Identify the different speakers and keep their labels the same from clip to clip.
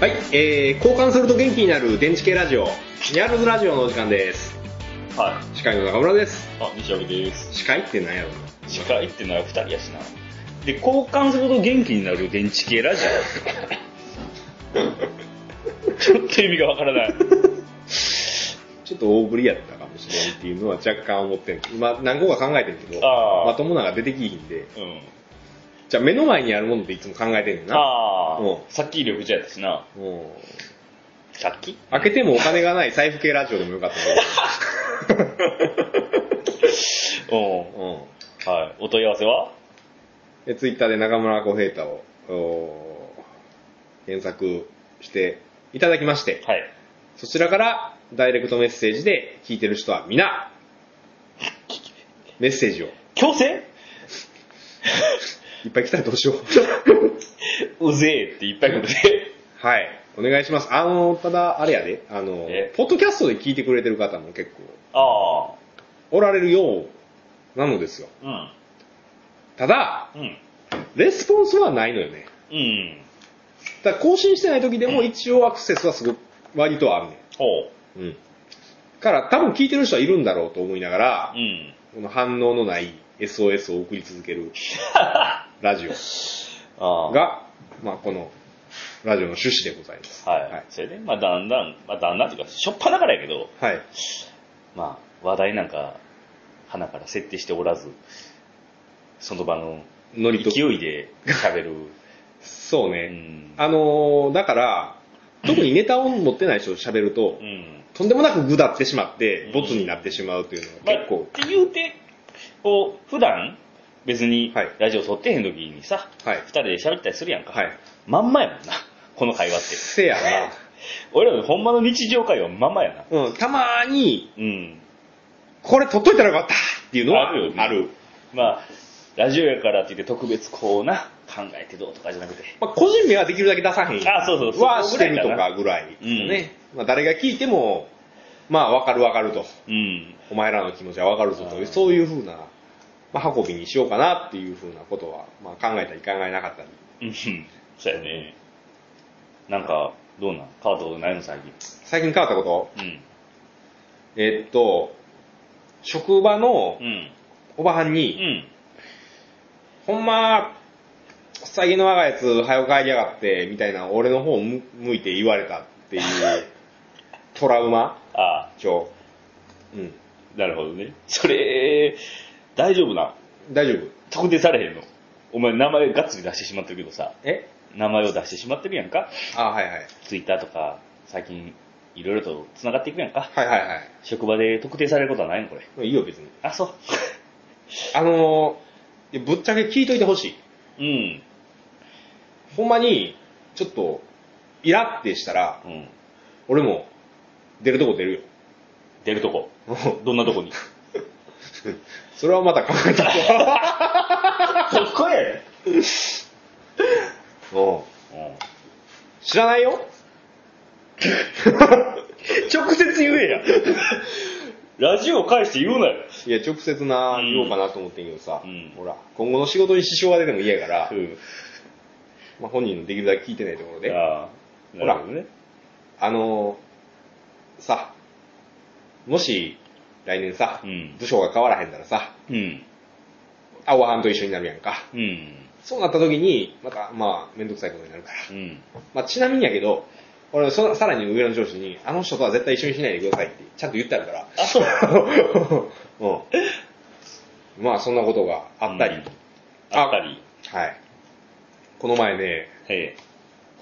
Speaker 1: はい、えー、交換すると元気になる電池系ラジオ、ニャールズラジオのお時間です。
Speaker 2: は
Speaker 1: 司会の中村です。
Speaker 2: い。あ、西脇です。
Speaker 1: 司会って何やろ
Speaker 2: 司会ってのは二人やしな。で、交換すると元気になる電池系ラジオ。 ちょっと意味がわからない。
Speaker 1: ちょっと大ぶりやったかもしれないっていうのは若干思ってん今何個か考えてんけど、
Speaker 2: あー
Speaker 1: まともなのが出てきひんで、
Speaker 2: うん。
Speaker 1: じゃあ目の前にあるものっていつも考えてんねんな。
Speaker 2: ああ
Speaker 1: うん、
Speaker 2: さっき緑茶やったしな。
Speaker 1: うん
Speaker 2: さっき
Speaker 1: 開けてもお金がない財布系ラジオでもよかった
Speaker 2: うん。
Speaker 1: けど、うん
Speaker 2: はい。お問い合わせは
Speaker 1: で、ツイッターで中村小平太を、おー検索していただきまして、
Speaker 2: はい。
Speaker 1: そちらからダイレクトメッセージで聞いてる人は皆、メッセージを
Speaker 2: 強制
Speaker 1: いっぱい来たらどうしよう。
Speaker 2: うぜえっていっぱい来る で。
Speaker 1: はい。お願いします。あの、ただ、あれやで、あの
Speaker 2: え、
Speaker 1: ポッドキャストで聞いてくれてる方も結構
Speaker 2: ああ。
Speaker 1: おられるようなのですよ。
Speaker 2: うん。
Speaker 1: ただ、
Speaker 2: うん。
Speaker 1: レスポンスはないのよね。
Speaker 2: うん。
Speaker 1: ただ更新してない時でも一応アクセスはすごく割とあるね
Speaker 2: ほう。
Speaker 1: ん。うん。から多分聞いてる人はいるんだろうと思いながら
Speaker 2: う、ん。
Speaker 1: この反応のない SOS を送り続けるラジオ
Speaker 2: ああ。
Speaker 1: が、まあこのラジオの趣旨でございます。
Speaker 2: はい。
Speaker 1: はい
Speaker 2: それで、まあ、だんだん、まあ、だんだんっていうか、しょっぱなからやけど、
Speaker 1: はい。
Speaker 2: まあ、話題なんか、花から設定しておらず、その場の
Speaker 1: ノリと。
Speaker 2: 勢いで 喋る。
Speaker 1: そう
Speaker 2: う
Speaker 1: ね。
Speaker 2: ん。
Speaker 1: あのーだから、特にネタを持ってない人と喋ると
Speaker 2: う、ん。
Speaker 1: とんでもなくぐだってしまって
Speaker 2: うん、
Speaker 1: ボツになってしまうというの
Speaker 2: ま
Speaker 1: が
Speaker 2: あ、
Speaker 1: 結
Speaker 2: 結
Speaker 1: 構
Speaker 2: 構。、って言うて、こう、普段、別に
Speaker 1: はい、
Speaker 2: ラジオ撮ってへん時にさ、
Speaker 1: はい
Speaker 2: 二人で喋ったりするやんか。
Speaker 1: はい。
Speaker 2: まんまやもんな、この会話って。
Speaker 1: せや
Speaker 2: 俺らのほんまの日常会話まんまやな。
Speaker 1: な。うん、たまに、
Speaker 2: うん。
Speaker 1: これ取っといたらよかったっていうのは
Speaker 2: あるよね
Speaker 1: ある。
Speaker 2: まあ、ラジオやからって言って特別こうな、考えてどうとかじゃなくて。
Speaker 1: まあ、個人名はできるだけ出さへん。
Speaker 2: あそうそうそう
Speaker 1: はしてるとかぐらいです
Speaker 2: うん
Speaker 1: ね。まあ、誰が聞いても、まあ、わかるわかると。
Speaker 2: うん。
Speaker 1: お前らの気持ちはわかるぞというう、
Speaker 2: ん
Speaker 1: そういうふうな、まあ、運びにしようかなっていうふうなことは、まあ、考えたり考えなかったり。
Speaker 2: うん、そうやね。なんか、どうなん変わったことないの最近。
Speaker 1: 最近変わったこと
Speaker 2: うん。
Speaker 1: えっと、職場の
Speaker 2: うん。
Speaker 1: おばはん
Speaker 2: う
Speaker 1: に、
Speaker 2: ん。
Speaker 1: ほんま、詐欺の若いやつ、早く帰りやがって、みたいな、俺の方を向向いて言われたっていう、 トラウマ
Speaker 2: あ
Speaker 1: 今日。うん。
Speaker 2: あ、なるほどね。それ、大丈夫な。
Speaker 1: 大丈夫
Speaker 2: 特定されへんの。お前名前がっつり出してしまってるけどさ、
Speaker 1: え
Speaker 2: 名前を出してしまってるやんか。
Speaker 1: あ、はいはい。
Speaker 2: ツイッターとか、最近、いろいろと繋がっていくやんか。
Speaker 1: はいはいは
Speaker 2: 職場で特定されることはないのこれ。
Speaker 1: い。いいよ、別に。
Speaker 2: あ、そう。
Speaker 1: あのーいやぶっちゃけ聞いといてほしい。
Speaker 2: うん。
Speaker 1: ほんまに、ちょっと、イラってしたら、
Speaker 2: うん。
Speaker 1: 俺も、出るとこ出る
Speaker 2: 出るとこ。
Speaker 1: よ。
Speaker 2: どんなとこに。
Speaker 1: それはまた考えた
Speaker 2: どこやね
Speaker 1: うん
Speaker 2: うん。
Speaker 1: 知らないよ
Speaker 2: 直接言えや。ラジオ返して言うなよ。
Speaker 1: いや、直接な、
Speaker 2: うん
Speaker 1: 言おうかなと思ってんけどさ、
Speaker 2: うん
Speaker 1: ほら、今後の仕事に支障が出ても嫌やから、
Speaker 2: ん。
Speaker 1: まあ、本人のできるだけ聞いてないところで、
Speaker 2: ああ、
Speaker 1: ほ
Speaker 2: な
Speaker 1: ら
Speaker 2: るほどね。
Speaker 1: あのーさ、もし、来年さ、
Speaker 2: うん
Speaker 1: 部署が変わらへんならさ、
Speaker 2: うん。
Speaker 1: 青葉班と一緒になるやんか。
Speaker 2: うん。
Speaker 1: そうなった時に、また、まあ、めんどくさいことになるから。
Speaker 2: うん。
Speaker 1: まあ、ちなみにやけど、俺、そさらに上の上司に、あの人とは絶対一緒にしないでくださいって、ちゃんと言ってある から。
Speaker 2: あ、そう。
Speaker 1: うん。まあ、そんなことがあったり。
Speaker 2: うんあったり。
Speaker 1: はい。この前ね、
Speaker 2: へ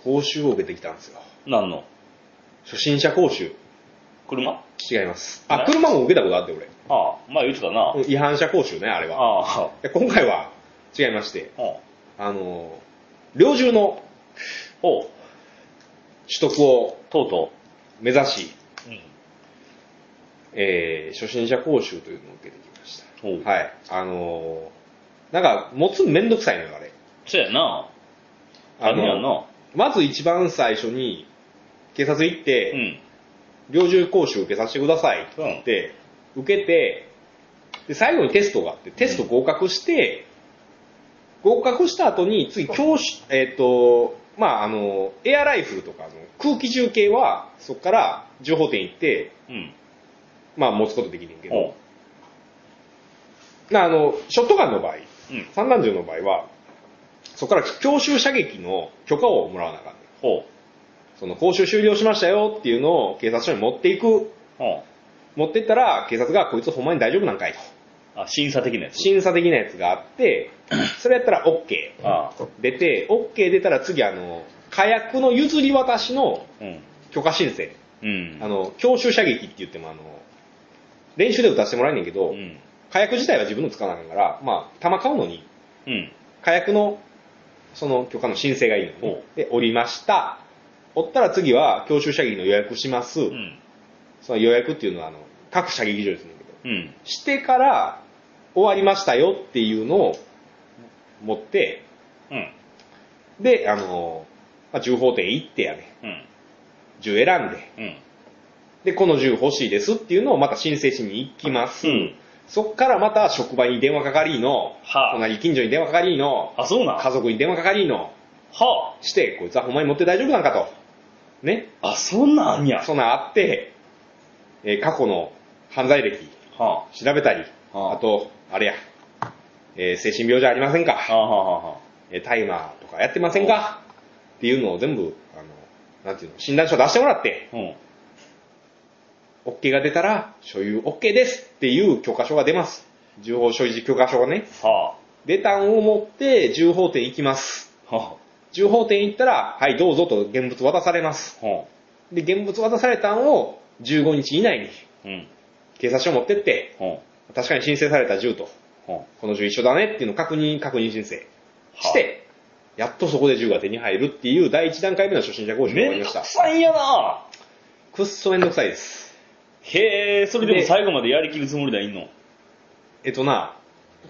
Speaker 1: 講習を受けてきたんですよ。
Speaker 2: え。なんの
Speaker 1: 初心者講習。
Speaker 2: 車あ
Speaker 1: 違います。
Speaker 2: え
Speaker 1: あ、車も受けたことあって、俺。
Speaker 2: あ、まあ言うてたな。
Speaker 1: うん違反者講習ね、あれは。
Speaker 2: ああ。
Speaker 1: で今回は違いまして、
Speaker 2: ほ
Speaker 1: あのー、猟銃の
Speaker 2: う。ほ
Speaker 1: 取得を
Speaker 2: う。とうと
Speaker 1: 目指し、
Speaker 2: う。うん。
Speaker 1: えー、初心者講習というのを受けてきました。
Speaker 2: ほう。
Speaker 1: はい。あのーなんか、持つのめんどくさいのよ、あれ。
Speaker 2: そうやな。
Speaker 1: あ
Speaker 2: あ
Speaker 1: の
Speaker 2: れやな。
Speaker 1: まず一番最初に、警察行っ
Speaker 2: う
Speaker 1: て、
Speaker 2: ん。
Speaker 1: 猟銃講習受けさせてくださいって言って、受けて、で、最後にテストがあって、テスト合格して、合格した後に、次、教習、えっ、と、まあ、あの、エアライフルとかの空気銃系は、そこから情報店行って、
Speaker 2: うん。
Speaker 1: まあ、持つことできねんけ
Speaker 2: お
Speaker 1: ど、なあの、ショットガンの場合、
Speaker 2: うん。
Speaker 1: 散弾銃の場合は、そこから強襲射撃の許可をもらわなあかんねん。
Speaker 2: ほ
Speaker 1: その講習終了しましたよっていうのを警察署に持っていく、
Speaker 2: う。ほ
Speaker 1: 持ってったら警察がこいつほんまに大丈夫なんかいと。
Speaker 2: う。あ、審査的なやつ。
Speaker 1: 審査的なやつがあ って、それやったら OK。
Speaker 2: ああ。
Speaker 1: 出て、OK 出たら次あの、火薬の譲り渡しの
Speaker 2: うん。
Speaker 1: 許可申請。
Speaker 2: うん。
Speaker 1: あの、強襲射撃って言ってもあの、練習で打たせてもらえんねんけど、
Speaker 2: うん。
Speaker 1: 火薬自体は自分の使わなあかんから、まあ、弾買うのに
Speaker 2: うん。
Speaker 1: 火薬の、その許可の申請がいいのに、で、降りました。おったら次は、強襲射撃の予約します。
Speaker 2: うん。
Speaker 1: その予約っていうのは、あの、各射撃場ですね。
Speaker 2: うん。
Speaker 1: してから、終わりましたよっていうのを持って、
Speaker 2: うん。
Speaker 1: で、あの、まあ、銃法店行ってやね。
Speaker 2: うん。
Speaker 1: 銃選んで、
Speaker 2: うん。
Speaker 1: で、この銃欲しいですっていうのをまた申請しに行きます。
Speaker 2: うん。
Speaker 1: そっからまた職場に電話かかりの、
Speaker 2: は
Speaker 1: 隣近所に電話かかりの、
Speaker 2: あ。あ、そうなん。
Speaker 1: 家
Speaker 2: は
Speaker 1: 族に電話かかりの、
Speaker 2: あ。
Speaker 1: して、こいつはほんまに持って大丈夫なんかと。ね。
Speaker 2: あ、そんなんあんや。
Speaker 1: そんなんあって、えー過去の犯罪歴
Speaker 2: は
Speaker 1: 調べたり、
Speaker 2: はあ
Speaker 1: あと、あれや、えー精神病じゃありません
Speaker 2: あ。は
Speaker 1: か、
Speaker 2: あはあはあ。
Speaker 1: えータイマーとかやってませんかっていうのを全部、あの、なんていうの、診断書出してもらって、
Speaker 2: うん。
Speaker 1: OK が出たら、所有 OK ですっていう許可書が出ます。銃砲所持許可書がね。
Speaker 2: は
Speaker 1: 出たんを持って、銃砲店行きます。
Speaker 2: あ。は
Speaker 1: 銃砲店行ったら、はい、どうぞと現物渡されます。
Speaker 2: あ。は
Speaker 1: で、現物渡されたんを15日以内に
Speaker 2: あ。うん。
Speaker 1: 警察署持ってって、
Speaker 2: は
Speaker 1: 確かに申請された銃と、
Speaker 2: あ。は
Speaker 1: この銃一緒だねっていうのを確認、確認申請して、やっとそこで銃が手に入るっていう第一段階目の初心者講
Speaker 2: あ。
Speaker 1: 習が終わ
Speaker 2: め
Speaker 1: り
Speaker 2: んど
Speaker 1: ました
Speaker 2: く。さいんやな
Speaker 1: くっそめんどくさいです。
Speaker 2: へえ、それでも
Speaker 1: で
Speaker 2: 最後までやりきるつもりだいんの。
Speaker 1: えっとな、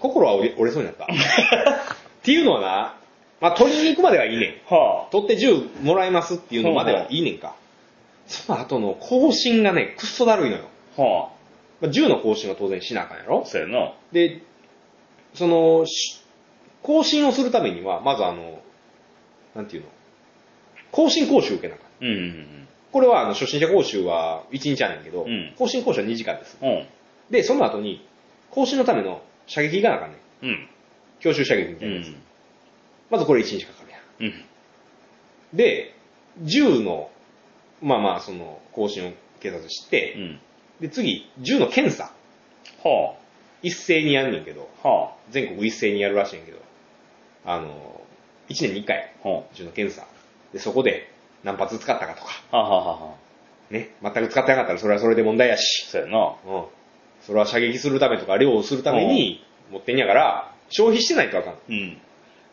Speaker 1: 心は折れ折れそうにな った。っていうのはな、まあ、取りに行くまではいいねん。
Speaker 2: は
Speaker 1: 取って銃もらえますっていうのまではいいねんか。その後の更新がね、くっそだるいのよ。
Speaker 2: あ。は
Speaker 1: まあ、銃の更新は当然しなあかんやろ
Speaker 2: あ。そうやな。
Speaker 1: で、その、し更新をするためには、まずあの、なんていうの、更新講習受けなあかん。
Speaker 2: うんうん
Speaker 1: これはあの初心者講習は1日あるんやけど、
Speaker 2: うん
Speaker 1: 更新講習は2時間です。
Speaker 2: うん。うん。
Speaker 1: で、その後に、更新のための射撃行かなあかんねん。
Speaker 2: うん。
Speaker 1: 教習射撃みた
Speaker 2: う
Speaker 1: いなやつ。
Speaker 2: ん。
Speaker 1: まずこれ1日かかるや
Speaker 2: うん。
Speaker 1: ん。で、銃の、まあまあ、その、更新を警察して、
Speaker 2: うん。
Speaker 1: で、次、銃の検査、
Speaker 2: は
Speaker 1: 一斉にやんねんけど、
Speaker 2: あ。は
Speaker 1: 全国一斉にやるらしいんやけど、あの、1年に1回、
Speaker 2: あ。は
Speaker 1: 銃の検査。で、そこで何発使ったかとか、
Speaker 2: あ。はあはあはあ。
Speaker 1: ね、全く使ってなかったらそれはそれで問題やし、
Speaker 2: そうやな。
Speaker 1: うん。それは射撃するためとか、量をするために持ってんやから、消費してないとあかん。
Speaker 2: うん。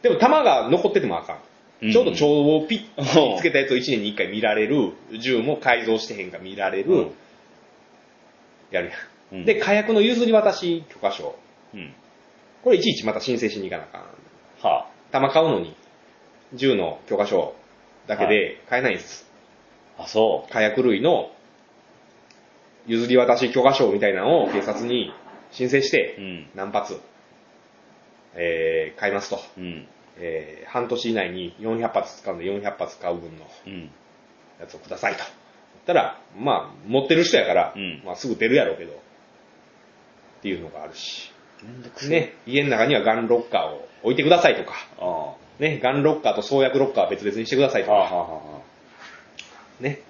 Speaker 1: でも弾が残っててもあか
Speaker 2: うん
Speaker 1: ん。ちょうど帳をピ
Speaker 2: うん
Speaker 1: ッつけたやつを1年に1回見られる、銃も改造してへんか見られ
Speaker 2: う
Speaker 1: る
Speaker 2: ん、
Speaker 1: やる
Speaker 2: う
Speaker 1: や
Speaker 2: ん
Speaker 1: ん。で、火薬の譲り渡し許可証。
Speaker 2: うん。
Speaker 1: これいちいちまた申請しに行かなあかん。
Speaker 2: は
Speaker 1: 弾買うのに、銃の許可証だけで買えないんです。
Speaker 2: あ。あ、そ
Speaker 1: 火薬類の譲り渡し許可証みたいなのを警察に申請し
Speaker 2: う。う
Speaker 1: て、
Speaker 2: ん。
Speaker 1: 何発、えー買いますと。
Speaker 2: うん。
Speaker 1: えー半年以内に400発使うんで400発買う分の
Speaker 2: うん。
Speaker 1: やつをくださいと。言ったら、まあ、持ってる人やから、
Speaker 2: うん
Speaker 1: まあ、すぐ出るやろうけど、っていうのがあるし。
Speaker 2: めんどくせえ。
Speaker 1: ね、家の中にはガンロッカーを置いてくださいとか、
Speaker 2: あ
Speaker 1: ね、ガンロッカーと創薬ロッカーは別々にしてください
Speaker 2: あ。
Speaker 1: と
Speaker 2: はあは
Speaker 1: か、
Speaker 2: あはあ。
Speaker 1: ね。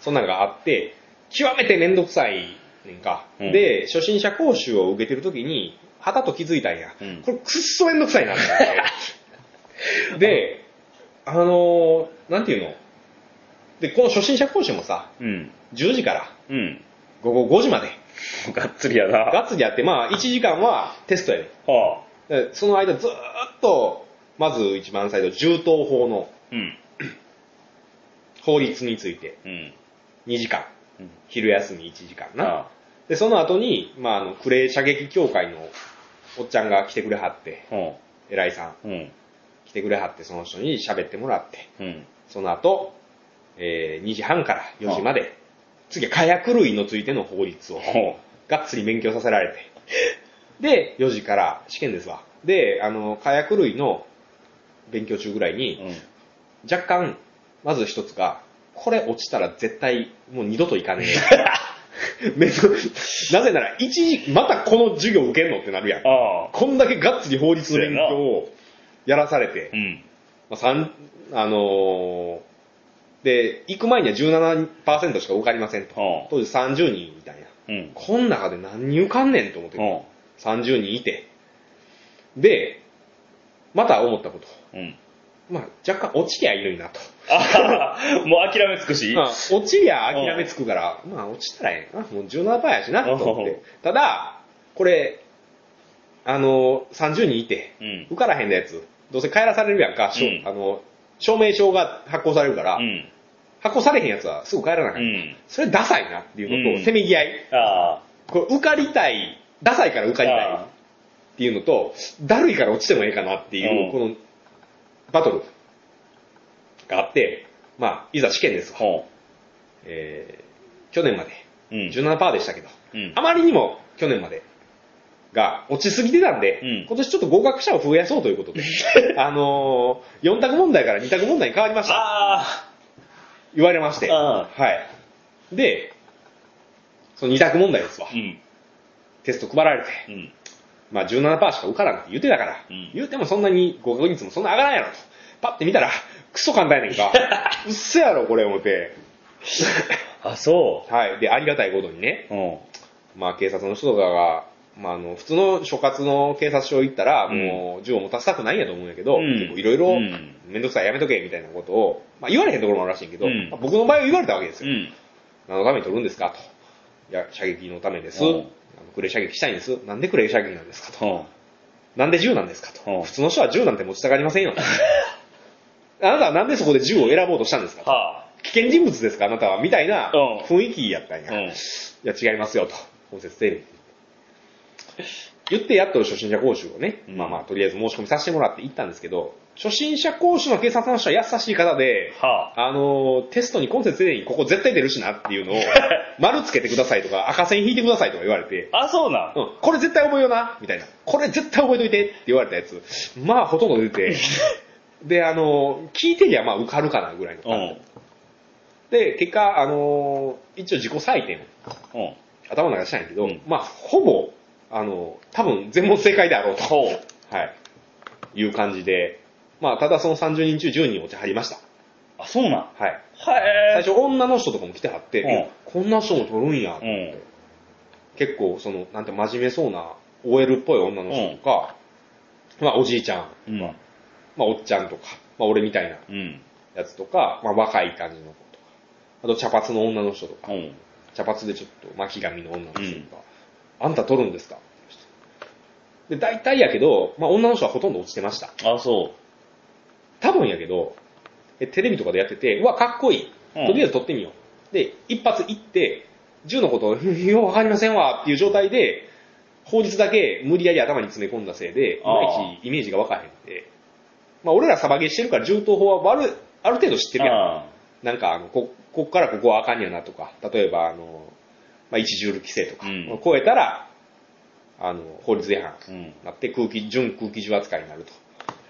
Speaker 1: そんなのがあって、極めてめんどくさいねんか。
Speaker 2: うん
Speaker 1: で、初心者講習を受けてるときに、はたと気づいたんや。
Speaker 2: うん
Speaker 1: これくっそめんどくさいなって 思って。で、あのーなんていうので、この初心者講習もさ、
Speaker 2: うん。
Speaker 1: 10時から
Speaker 2: うん。
Speaker 1: 午後5時まで、
Speaker 2: がっつりやな。
Speaker 1: ガッツリやって、まあ1時間はテストやね
Speaker 2: はあ。
Speaker 1: んで。その間ずーっと、まず一番最初、銃刀法の
Speaker 2: うん。
Speaker 1: 法律について
Speaker 2: うん。
Speaker 1: 2時間、
Speaker 2: うん
Speaker 1: 昼休み1時間な。
Speaker 2: あ
Speaker 1: で、その後に、まあ、あの、クレー射撃協会のおっちゃんが来てくれはって、
Speaker 2: あ。は
Speaker 1: 偉いさん
Speaker 2: あ。うん。
Speaker 1: 来てくれはって、その人に喋ってもらって、
Speaker 2: うん。
Speaker 1: その後、えー、2時半から4時まで、次は火薬類のついての法律を、
Speaker 2: は
Speaker 1: がっつり勉強させられて、で、4時から試験ですわ。で、あの、火薬類の勉強中ぐらい
Speaker 2: あ。う
Speaker 1: に、
Speaker 2: ん。
Speaker 1: 若干、まず一つが、これ落ちたら絶対もう二度と行かねえ。めずなぜなら、一時、またこの授業受けんのってなるやん。
Speaker 2: ああ。
Speaker 1: こんだけがっつり法律の勉強をやらされて
Speaker 2: う、ん。
Speaker 1: まあ、三あのーで、行く前には17%しか受かりませんと。
Speaker 2: ああ。
Speaker 1: 当時30人みたいな。
Speaker 2: うん。
Speaker 1: こん中で何人受かんねんと思って、
Speaker 2: うん。
Speaker 1: 30人いて。で、また思ったこと。
Speaker 2: うん。
Speaker 1: まあ、若干落ちりゃいいのになと。
Speaker 2: ああ、もう諦め尽くし。
Speaker 1: まあ、落ちりゃ諦めつくから、まあ、落ちたらええな。もう17%やしな、と思っ
Speaker 2: うん
Speaker 1: て。ただ、これ、あのー、30人いて、
Speaker 2: うん。
Speaker 1: 受からへんのやつ、どうせ帰らされるやんか、しょ
Speaker 2: うん
Speaker 1: あの、証明書が発行されるから、
Speaker 2: うん。
Speaker 1: 発行されへんやつはすぐ帰らな
Speaker 2: う
Speaker 1: い、
Speaker 2: ん。
Speaker 1: それダサいなっていうの
Speaker 2: うん
Speaker 1: と、せめぎ合い。
Speaker 2: あ
Speaker 1: これ受かりたい、ダサいから受
Speaker 2: あ。
Speaker 1: かりたい
Speaker 2: ああ
Speaker 1: っていうのと、だるいから落ちてもええかなっていうう、
Speaker 2: ん
Speaker 1: この、バトルがあって、まあ、いざ試験ですわ。
Speaker 2: ほ
Speaker 1: えー、去年まで
Speaker 2: う。うん。
Speaker 1: 17%でしたけど、
Speaker 2: うん
Speaker 1: あ。まりにも去年までが落ちすぎてたんで、
Speaker 2: うん
Speaker 1: 今年ちょっと合格者を増やそうという ことで、あのー、4択問題から2択問題に変わりました。
Speaker 2: あ
Speaker 1: 言われまして。
Speaker 2: あ
Speaker 1: はい。で、その2択問題ですわ
Speaker 2: あ。。うん。
Speaker 1: テスト配られて、
Speaker 2: うん。
Speaker 1: まあ17%しか受からんって言ってたから、
Speaker 2: うん
Speaker 1: 言うてもそんなに合格率もそんな上がらんやろと。パッて見たら、クソ簡単やねん か。うっせやろ、これ思って。
Speaker 2: あ、そ
Speaker 1: はい。で、ありがたいことにね、
Speaker 2: う。うん。
Speaker 1: まあ警察の人とかが、まああの、普通の所轄の警察署行ったら、
Speaker 2: うん
Speaker 1: もう銃を持たせたくないんやと思うんやけど、
Speaker 2: うん
Speaker 1: 結構いろいうろ、
Speaker 2: ん。
Speaker 1: めんどくさいやめとけ、みたいなことを、まあ言われへんところもあるらしいんやけど、
Speaker 2: うん
Speaker 1: まあ僕の場合は言われたわけです
Speaker 2: う
Speaker 1: よ。
Speaker 2: ん。
Speaker 1: 何のために取るんですかと。いや、射撃のためです。あ
Speaker 2: うん
Speaker 1: のクレー射撃したいんです。なんでクレー射撃なんですかと。
Speaker 2: ほ
Speaker 1: なんで銃なんですか
Speaker 2: うん
Speaker 1: と。普通の人は銃なんて持ちたがりませんよ。あなたはなんでそこで銃を選ぼうとしたんですか
Speaker 2: う。
Speaker 1: と
Speaker 2: はあ。
Speaker 1: 危険人物ですかあなたはみたいな
Speaker 2: うん
Speaker 1: 雰囲気やったんや。
Speaker 2: う
Speaker 1: い
Speaker 2: ん。
Speaker 1: や、違いますよと。本説整理。言ってやっと初心者講習をね、
Speaker 2: うん
Speaker 1: まあまあ、とりあえず申し込みさせてもらって行ったんですけど、初心者講習の警察の人は優しい方で、
Speaker 2: はあ。
Speaker 1: あのー、テストに今節でにここ絶対出るしなっていう のを、丸つけてくださいとか、赤線引いてくださいとか言われて、
Speaker 2: あ、そうなん。
Speaker 1: うん、これ絶対覚えような、みたいな。これ絶対覚えといてって言われたやつ、まあほとんど出 て、で、あの、聞いてりゃまあ受かるかなぐらいの
Speaker 2: う
Speaker 1: 感
Speaker 2: ん。
Speaker 1: じ。で、結果、あの、一応自己採点、
Speaker 2: うん。
Speaker 1: 頭の中でしたんやけど、
Speaker 2: うん
Speaker 1: まあほぼ、あの、多分全問正解であろうと。
Speaker 2: ほう。
Speaker 1: はい。いう感じで、まあただその30人中10人落ちはりました。
Speaker 2: あ、そうなん。は
Speaker 1: はい。最
Speaker 2: え。
Speaker 1: 初女の人とかも来てはって、
Speaker 2: うん
Speaker 1: いやこんな人も取るんや、
Speaker 2: うん。
Speaker 1: 結構その、なんて真面目そうな OL っぽい女の人とか、まあおじいちゃん、
Speaker 2: うん。
Speaker 1: まあ、おっちゃんとか、まあ、俺みたいな
Speaker 2: うん。
Speaker 1: やつとか、まあ、若い感じの子とか、あと茶髪の女の人とか、
Speaker 2: うん。
Speaker 1: 茶髪でちょっと巻き髪の女の人とか、あんた撮るんですかで、大体やけど、まあ、女の人はほとんど落ちてました。
Speaker 2: あ、そ
Speaker 1: 多分やけど、えテレビとかでやってて、うわ、かっこいい。
Speaker 2: う。うん
Speaker 1: とりあえず撮ってみよう。で、一発行って、銃のこと、 ふんようわかりませんわっていう状態で、法律だけ無理やり頭に詰め込んだせいで、い
Speaker 2: ああ
Speaker 1: まいちイメージがわかへんで、まあ俺らサバゲーしてるから銃刀法は悪いある程度知ってるやん。
Speaker 2: あ
Speaker 1: なんかあの、こ、こっからここはあかんやなとか、例えばあの、まあ一銃規制とか、
Speaker 2: うん
Speaker 1: 超えたら、あの、法律違反
Speaker 2: あ。うん。
Speaker 1: なって空気、準空気銃扱いになると。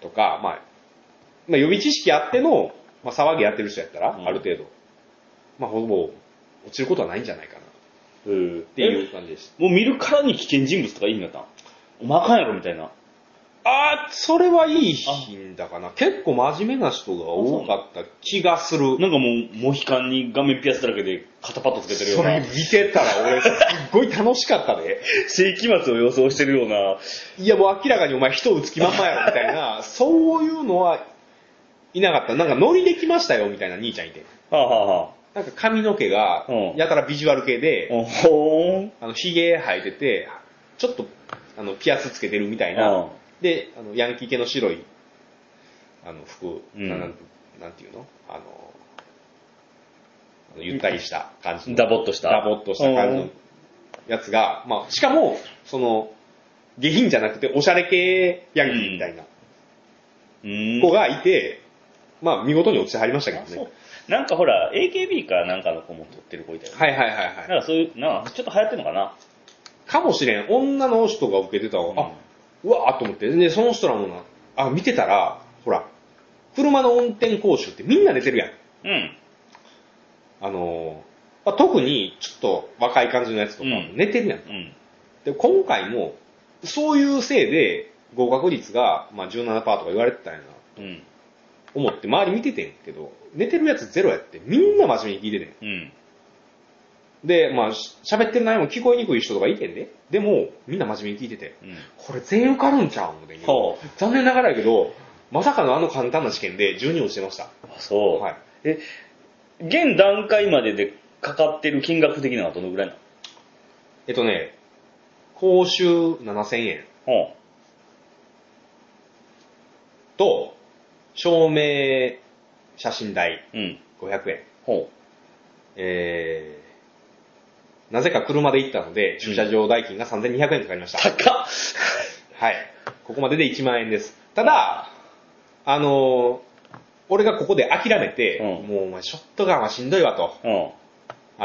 Speaker 1: とか、まあ、まあ予備知識あっての、まあ騒ぎやってる人やったら、
Speaker 2: うん
Speaker 1: ある程度、まあほぼ落ちることはないんじゃないかなっ
Speaker 2: うん。って
Speaker 1: いう感じでし
Speaker 2: もう見るからに危険人物とかいいんだったんお前あかんやろみたいな。
Speaker 1: た。ああ、それはいいんだかな。結構真面目な人が多かった気がする。
Speaker 2: なんかもう、モヒカンに画面ピアスだらけで肩パッドつけてるよう
Speaker 1: それ
Speaker 2: な
Speaker 1: 見、てたら俺すっごい楽しかったで。
Speaker 2: 世紀末を予想してるような、
Speaker 1: いやもう明らかにお前人打つ気まんまやろみたい な、そういうのはいなかった。なんかノリできましたよみたいな兄ちゃんいて。
Speaker 2: はあ、はあは
Speaker 1: なんか髪の毛が
Speaker 2: うん、
Speaker 1: やたらビジュアル系で、
Speaker 2: あ、ほーん。
Speaker 1: あの、髭生えてて、ちょっと、あの、ピアスつけてるみたいな。で、あの、ヤンキー系の白い、あの、服、
Speaker 2: うん
Speaker 1: ななんなんていうのあの、あのゆったりした感じ
Speaker 2: うん
Speaker 1: の。
Speaker 2: ダボっとした。
Speaker 1: ダボっとした感じのやつが、まあ、しかも、その、下品じゃなくて、おしゃれ系ヤンキーみたいな
Speaker 2: うん。
Speaker 1: 子がいて、まあ、見事に落ちてはりましたけど
Speaker 2: あそ
Speaker 1: ね。
Speaker 2: うなんかほら、AKB かなんかの子も撮ってる子いたよね。
Speaker 1: はいはいはいはい。
Speaker 2: なんかそういう、なんかちょっと流行ってんのかな。
Speaker 1: かもしれん、女の人が受けてたわ、あ、うわーっと思って、で、その人らもな、あ、見てたら、ほら、車の運転講習ってみんな出てるやん。
Speaker 2: うん。
Speaker 1: あのーまあ、特にちょっと若い感じのやつとか
Speaker 2: うん
Speaker 1: 寝てるやん。
Speaker 2: うん。
Speaker 1: で、今回も、そういうせいで合格率が、まあ、17%とか言われてたんやな、
Speaker 2: うん。
Speaker 1: 思って周り見ててんけど、寝てるやつゼロやってみんな真面目に聞いててん。
Speaker 2: うん。
Speaker 1: で、まあ、し喋ってる内容も聞こえにくい人とかいてんで。でも、みんな真面目に聞いてて、
Speaker 2: うん。
Speaker 1: これ全員受かるんちゃうん思てんけど
Speaker 2: ほう
Speaker 1: 残念ながらやけど、まさかのあの簡単な試験で12落ちてました。
Speaker 2: あ、そう。
Speaker 1: はい。
Speaker 2: え、現段階まででかかってる金額的なのはどのぐらいなの
Speaker 1: えっとね、講習7000円
Speaker 2: ほ
Speaker 1: と、照明写真代
Speaker 2: う。うん。
Speaker 1: 500円。
Speaker 2: ほ
Speaker 1: えー、なぜか車で行ったので、駐車場代金が3200円かかりまし
Speaker 2: う。
Speaker 1: た。
Speaker 2: 高っ
Speaker 1: はい。ここまでで1万円です。ただ、あのー俺がここで諦めて、
Speaker 2: うん
Speaker 1: もうお前ショットガンはしんどいわと、
Speaker 2: うん。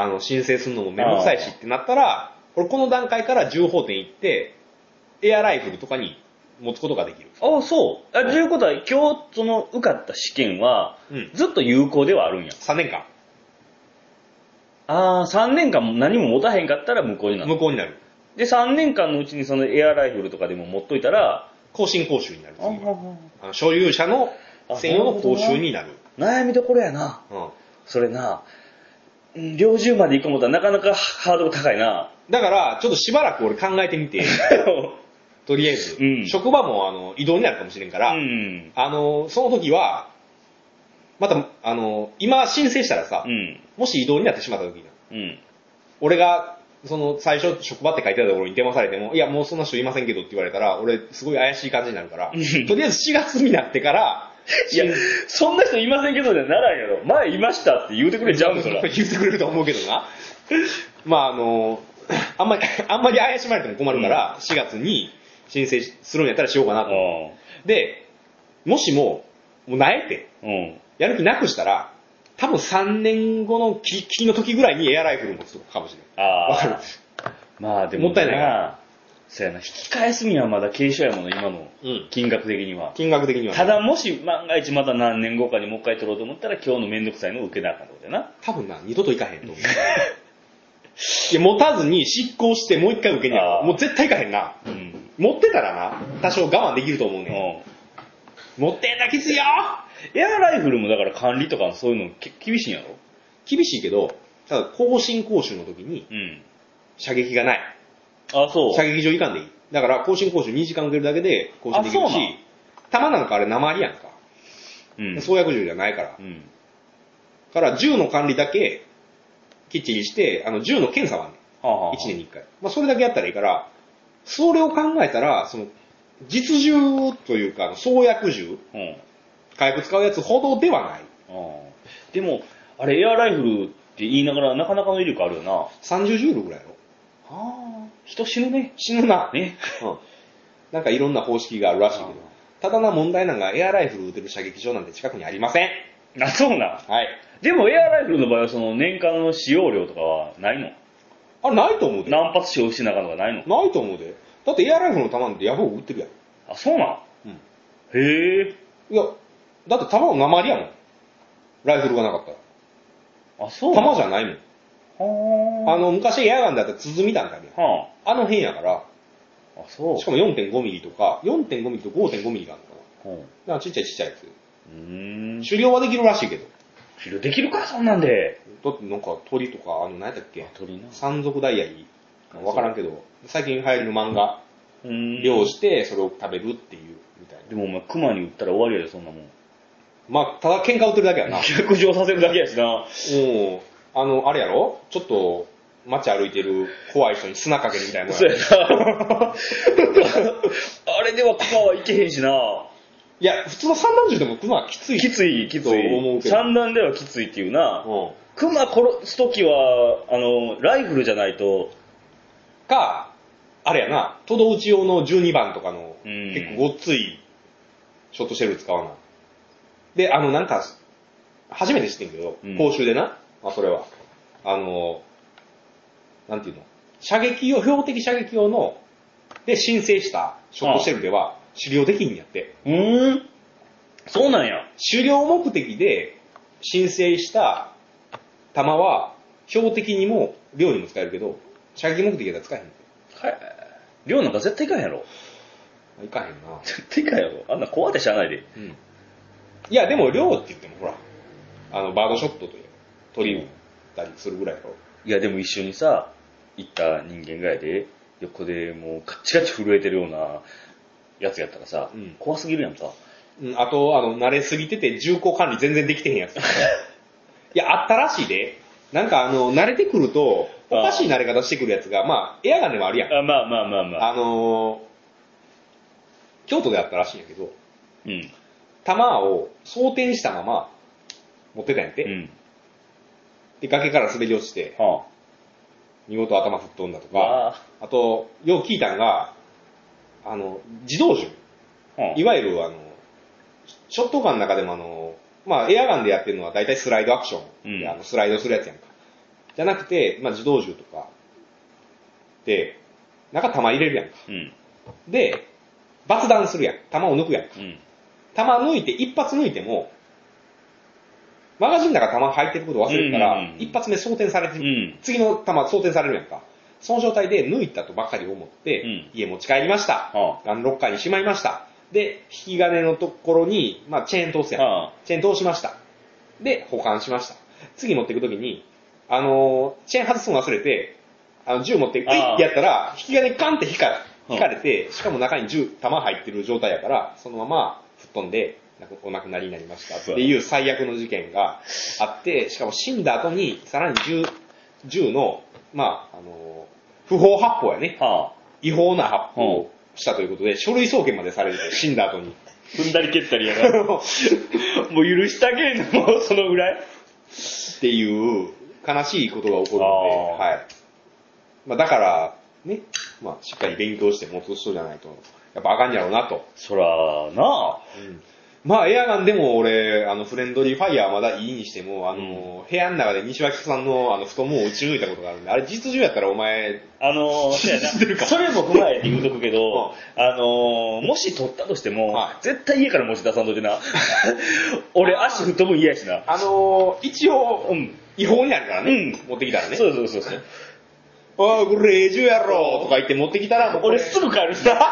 Speaker 1: あの、申請するのもめんどくさいし
Speaker 2: あー
Speaker 1: ってなったら、俺この段階から銃砲店行って、エアライフルとかに持つことができる。
Speaker 2: ああ、そう。あ、ということは、今日、その、受かった試験は、
Speaker 1: うん。
Speaker 2: ずっと有効ではあるんや。
Speaker 1: 3年間、
Speaker 2: ああ、3年間も何も持たへんかったら無効になる。
Speaker 1: 無効になる。
Speaker 2: で、3年間のうちにそのエアライフルとかでも持っといたら、
Speaker 1: 更新講習になる。次は
Speaker 2: 悩
Speaker 1: あの所有者の専用の講習になる。
Speaker 2: みどころやな。
Speaker 1: うん。
Speaker 2: それな、うん猟銃まで行く思ったらなかなかハードル高い な。
Speaker 1: だから、ちょっとしばらく俺考えてみて、とりあえず、
Speaker 2: うん
Speaker 1: 職場もあの移動になるかもしれんから、
Speaker 2: うん。
Speaker 1: あの、その時は、また、あの、今申請したらさ、
Speaker 2: うん。
Speaker 1: もし移動になってしまった時に、
Speaker 2: うん。
Speaker 1: 俺が、その最初職場って書いてあったところに電話されても、いや、もうそんな人いませんけどって言われたら、俺すごい怪しい感じになるから、と
Speaker 2: うん
Speaker 1: りあえず4月になってから、
Speaker 2: いや
Speaker 1: 申、
Speaker 2: そんな人いませんけどじゃならんやろ。前いましたって言うてくれちゃうんそら。
Speaker 1: 言ってくれると思うけどな。まああの、あんまり、あんまり怪しまれても困るから、4月に申請するんやったらしようかなと。で、もしも、もうなえて、
Speaker 2: うん。うん。
Speaker 1: やる気なくしたら、多分3年後のききの時ぐらいにエアライフル持つかもしれない。わかる
Speaker 2: ああ。まあでも
Speaker 1: もったいないから
Speaker 2: そうやな、引き返すにはまだ軽症やもの、今の
Speaker 1: うん。
Speaker 2: 金額的には。
Speaker 1: 金額的にはね、
Speaker 2: ただもし万が一また何年後かにもう一回取ろうと思ったら今日のめんどくさいのを受けなあかったことやな。
Speaker 1: 多分な、二度と行かへんと思う。いや、持たずに執行してもう一回受けにゃ
Speaker 2: あー
Speaker 1: もう絶対行かへんな。
Speaker 2: うん。
Speaker 1: 持ってたらな、多少我慢できると思うね。
Speaker 2: うん
Speaker 1: 持ってんな、きついよ
Speaker 2: ん。エアライフルもだから管理とかそういうのけ厳しいんやろ
Speaker 1: 厳しいけど、ただ、更新講習の時に
Speaker 2: うん。
Speaker 1: 射撃がない。
Speaker 2: あ、そう。
Speaker 1: 射撃場行かんでいい。だから、更新講習2時間受けるだけで更新できる
Speaker 2: あそうな
Speaker 1: し、弾なんかあれ鉛やんか。
Speaker 2: うん。
Speaker 1: 創薬銃じゃないから
Speaker 2: う。ん。
Speaker 1: から、銃の管理だけ、きっちりして、あの、銃の検査はね、
Speaker 2: はあはあ
Speaker 1: 1年に1回。まあ、それだけやったらいいから、それを考えたら、その、実銃というか、あの創薬銃、
Speaker 2: うん。
Speaker 1: 火薬使うやつほどではない。
Speaker 2: ああでも、あれエアライフルって言いながらなかなかの威力あるよな。は
Speaker 1: 30ジュールぐらいやろ
Speaker 2: あ。人死ぬね。
Speaker 1: 死ぬな。
Speaker 2: ね。
Speaker 1: うん。 なんかいろんな方式があるらしいけど。ただな問題なんが、エアライフル撃てる射撃場なんて近くにありません。
Speaker 2: あ、そうなん。
Speaker 1: はい。
Speaker 2: でもエアライフルの場合はその年間の使用量とかはないの
Speaker 1: あれ、ないと思うで。な
Speaker 2: 何発使用してなあかんのかないの
Speaker 1: いと思うで。だってエアライフルの弾なんてヤフオク撃ってるやん。
Speaker 2: あ、そうなん
Speaker 1: うん。
Speaker 2: へえ。
Speaker 1: いや、だって弾の鉛やもん。ライフルがなかったら。
Speaker 2: あ、そうなん
Speaker 1: 弾じゃないもん。
Speaker 2: は
Speaker 1: あの、昔エアガンだったら筒みたいなのあるやん
Speaker 2: あ。は
Speaker 1: あの辺やから、
Speaker 2: あ。あ、そう
Speaker 1: しかも4.5ミリとか、4.5ミリと5.5ミリがあるのかな。
Speaker 2: うん。う
Speaker 1: だからちっちゃいちっちゃいやつ。
Speaker 2: ーん。
Speaker 1: 狩猟はできるらしいけど。
Speaker 2: 狩猟できるか、そんなんで。
Speaker 1: だってなんか鳥とか、あの、何やったっけ
Speaker 2: 鳥な。
Speaker 1: 山賊ダイヤリーわからんけど、最近流行りの漫画、
Speaker 2: うーん。
Speaker 1: 漁をしてそれを食べるっていう、みたいな。
Speaker 2: でもお前、熊に撃ったら終わりやで、そんなもん。
Speaker 1: まあ、ただ喧嘩売ってるだけやな。
Speaker 2: 逆上させるだけやしな。
Speaker 1: うん。あの、あれやろちょっと、街歩いてる怖い人に砂かけるみたいなもん
Speaker 2: そう
Speaker 1: や
Speaker 2: やな。 あれでは熊はいけへんしな。
Speaker 1: いや、普通の三段銃でも熊はきつい。
Speaker 2: きつい、きつ
Speaker 1: と思う
Speaker 2: い。
Speaker 1: けど
Speaker 2: 三段ではきついっていうな。
Speaker 1: うん。
Speaker 2: 熊殺すときは、あの、ライフルじゃないと、
Speaker 1: か、あれやな、都道打ち用の12番とかの、
Speaker 2: うん
Speaker 1: 結構ごっつい、ショットシェル使わな。で、あの、なんか、初めて知ってんけど
Speaker 2: うん、
Speaker 1: 講習でな、あ、それは。あの、なんていうの、射撃用、標的射撃用の、で、申請したショットシェルでは、狩猟できんやって。
Speaker 2: うーん。そうなんや。
Speaker 1: 狩猟目的で申請した弾は、標的にも漁にも使えるけど、射撃目的だったら使えへんって。
Speaker 2: はい。寮なんか絶対行かへんやろ。
Speaker 1: まあいかへんな。
Speaker 2: 絶対行かへんやろ。あんな怖ってしゃあないで。
Speaker 1: うん。いや、でも漁って言ってもほら、あの、バードショットという、鳥撃ったりするぐらいやろ。
Speaker 2: いや、でも一緒にさ、行った人間がやで、横でもうガッチガチ震えてるようなやつやったらさ、
Speaker 1: うん
Speaker 2: 怖すぎるやんか。
Speaker 1: うん、あと、あの、慣れすぎてて重厚管理全然できてへんやつ。い や、あったらしいで。なんかあの、慣れてくると、おかしい慣れ方してくるやつが、まあ、エアガンでもあるやん。
Speaker 2: あまあまあまあまあ。
Speaker 1: あのー京都であったらしいんやけど、
Speaker 2: うん。
Speaker 1: 弾を装填したまま持ってたんやって。
Speaker 2: うん。
Speaker 1: で、崖から滑り落ちて、
Speaker 2: は
Speaker 1: 見事頭吹っ飛んだと
Speaker 2: あ。わ
Speaker 1: か、あと、よう聞いたんが、あの、自動銃。
Speaker 2: あ。はい
Speaker 1: わゆるあの、ショットガンの中でもあの、まあエアガンでやってるのは大体スライドアクションで、
Speaker 2: うん
Speaker 1: あのスライドするやつやんか。じゃなくて、まあ自動銃とか、で、中弾入れるやんか。
Speaker 2: あ。うん。
Speaker 1: で、爆弾するやん。弾を抜くやんか。
Speaker 2: うん。
Speaker 1: 弾抜いて、一発抜いても、マガジンの中弾入ってること忘れるから、
Speaker 2: うんうんうん
Speaker 1: 一発目装填されて
Speaker 2: う
Speaker 1: る、
Speaker 2: ん。
Speaker 1: 次の弾装填されるやんか。その状態で抜いたとばかり思って、
Speaker 2: うん
Speaker 1: 家持ち帰りました。
Speaker 2: は
Speaker 1: あのロッカーにしまいました。で、引き金のところに、まあ、チェーン通す
Speaker 2: あ。
Speaker 1: やん。
Speaker 2: はあ。
Speaker 1: チェーン通しました。で、保管しました。次持ってくときに、あのーチェーン外すの忘れて、あの、銃持って、ういっ
Speaker 2: あー
Speaker 1: てやったら、引き金カンって引か
Speaker 2: うん
Speaker 1: 引かれて、しかも中に銃、弾入ってる状態やから、そのまま吹っ飛んで、なくお亡くなりになりました。っていう最悪の事件があって、しかも死んだ後に、さらに銃、銃の、まあ、あのー不法発砲やね。
Speaker 2: はあ。
Speaker 1: 違法な発砲をしたということで、書類送検までされると、死んだ 後に。
Speaker 2: 踏んだり蹴ったりやから。もう許したけんの、もうそのぐら
Speaker 1: っ
Speaker 2: い。
Speaker 1: ていう、悲しいことが起こるの
Speaker 2: あー
Speaker 1: で、はい。まあ、だから、ね、まあ、しっかり勉強して持つ人じゃないと、やっぱあかんやろうなと。
Speaker 2: そら、なあ。
Speaker 1: まあ、エアガンでも俺、あの、フレンドリーファイヤーまだいいにしても、あの、部屋の中で西脇さんの、あの、太ももを打ち抜いたことがあるんで、あれ実銃やったらお前、
Speaker 2: あのー、そうや
Speaker 1: 知ってる
Speaker 2: な
Speaker 1: か
Speaker 2: それも踏まえて言うとくけど、あのー、もし取ったとしても、
Speaker 1: はい
Speaker 2: 絶対家から持ち出さんといて な。俺、足吹っ飛ぶん嫌やしな。
Speaker 1: あの一
Speaker 2: う
Speaker 1: 応、
Speaker 2: ん。
Speaker 1: 違法にあるからね、
Speaker 2: う
Speaker 1: 持ってきたらね。
Speaker 2: そうそうそうそう。
Speaker 1: おい、これ、レジュやろとか言って持ってきたら、もうこれ
Speaker 2: 俺、すぐ帰るしな。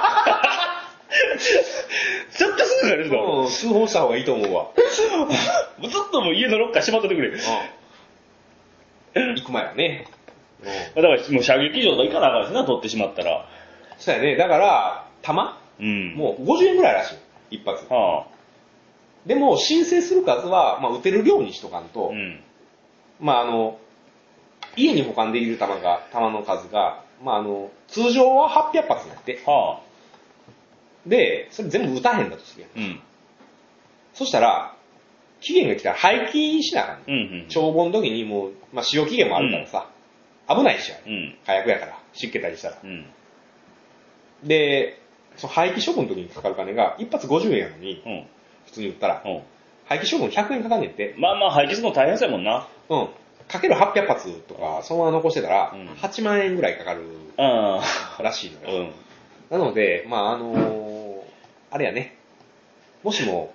Speaker 2: ちょっとすぐ帰るしな。も
Speaker 1: うん、通報した方がいいと思うわ。
Speaker 2: うずっともう家のロッカー閉まっとってくれ。
Speaker 1: 行く前はね。うん。
Speaker 2: だから、もう射撃場とか行かなあかんしな、取ってしまったら。
Speaker 1: そうやね。だから、弾
Speaker 2: うん。
Speaker 1: もう50円ぐらいらしい。一発。
Speaker 2: は
Speaker 1: でも、申請する数は、まあ、撃てる量にしとかん
Speaker 2: あ。
Speaker 1: と
Speaker 2: う、ん。
Speaker 1: まあ、あの、家に保管できる弾が、弾の数が、まあ、あの、通常は800発になって。
Speaker 2: はあ。
Speaker 1: で、それ全部撃たへんだとするやん。
Speaker 2: うん。
Speaker 1: そしたら、期限が来たら廃棄しなあかんね。
Speaker 2: うん。うん。
Speaker 1: 帳簿の時にもう、まあ、使用期限もあるからさ、危ないし、あれ
Speaker 2: うん。
Speaker 1: 火薬やから、湿気たりしたら。
Speaker 2: うん。
Speaker 1: で、その廃棄処分の時にかかる金が、一発50円やのに、
Speaker 2: うん。
Speaker 1: 普通に売ったら、
Speaker 2: うん。
Speaker 1: 廃棄処分100円かかんねんって、
Speaker 2: まあまあ、廃棄するの大変そうやもんな。
Speaker 1: うん。かける800発とか、そのまま残してたら
Speaker 2: うん、
Speaker 1: 8万円ぐらいかかる
Speaker 2: うん。
Speaker 1: らしいのよ。
Speaker 2: うん。
Speaker 1: なので、まあ、あのーあれやね、もしも、